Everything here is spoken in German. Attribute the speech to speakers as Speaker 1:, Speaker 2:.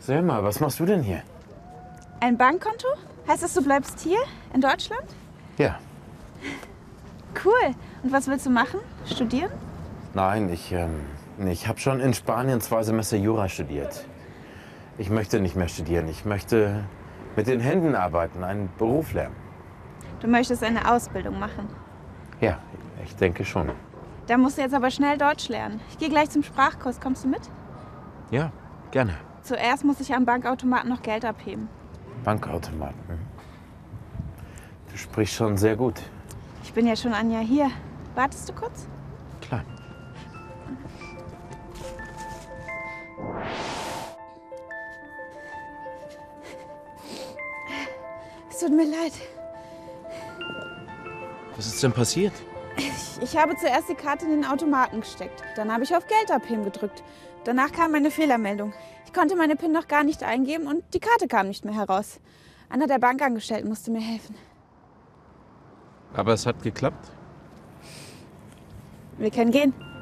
Speaker 1: Selma, was machst du denn hier?
Speaker 2: Ein Bankkonto? Heißt das, du bleibst hier in Deutschland?
Speaker 1: Ja.
Speaker 2: Cool. Und was willst du machen? Studieren?
Speaker 1: Nein, ich, ähm, nee, ich habe schon in Spanien zwei Semester Jura studiert. Ich möchte nicht mehr studieren. Ich möchte mit den Händen arbeiten, einen Beruf lernen.
Speaker 2: Du möchtest eine Ausbildung machen.
Speaker 1: Ja, ich denke schon.
Speaker 2: Da musst du jetzt aber schnell Deutsch lernen. Ich gehe gleich zum Sprachkurs. Kommst du mit?
Speaker 1: Ja, gerne.
Speaker 2: Zuerst muss ich am Bankautomaten noch Geld abheben.
Speaker 1: Bankautomaten. Mhm. Du sprichst schon sehr gut.
Speaker 2: Ich bin ja schon ein Jahr hier. Wartest du kurz?
Speaker 1: Klar.
Speaker 2: Es tut mir leid.
Speaker 3: Was ist denn passiert?
Speaker 2: Ich habe zuerst die Karte in den Automaten gesteckt. Dann habe ich auf Geld abheben gedrückt. Danach kam eine Fehlermeldung. Ich konnte meine PIN noch gar nicht eingeben und die Karte kam nicht mehr heraus. Einer der Bankangestellten musste mir helfen.
Speaker 3: Aber es hat geklappt.
Speaker 2: Wir können gehen.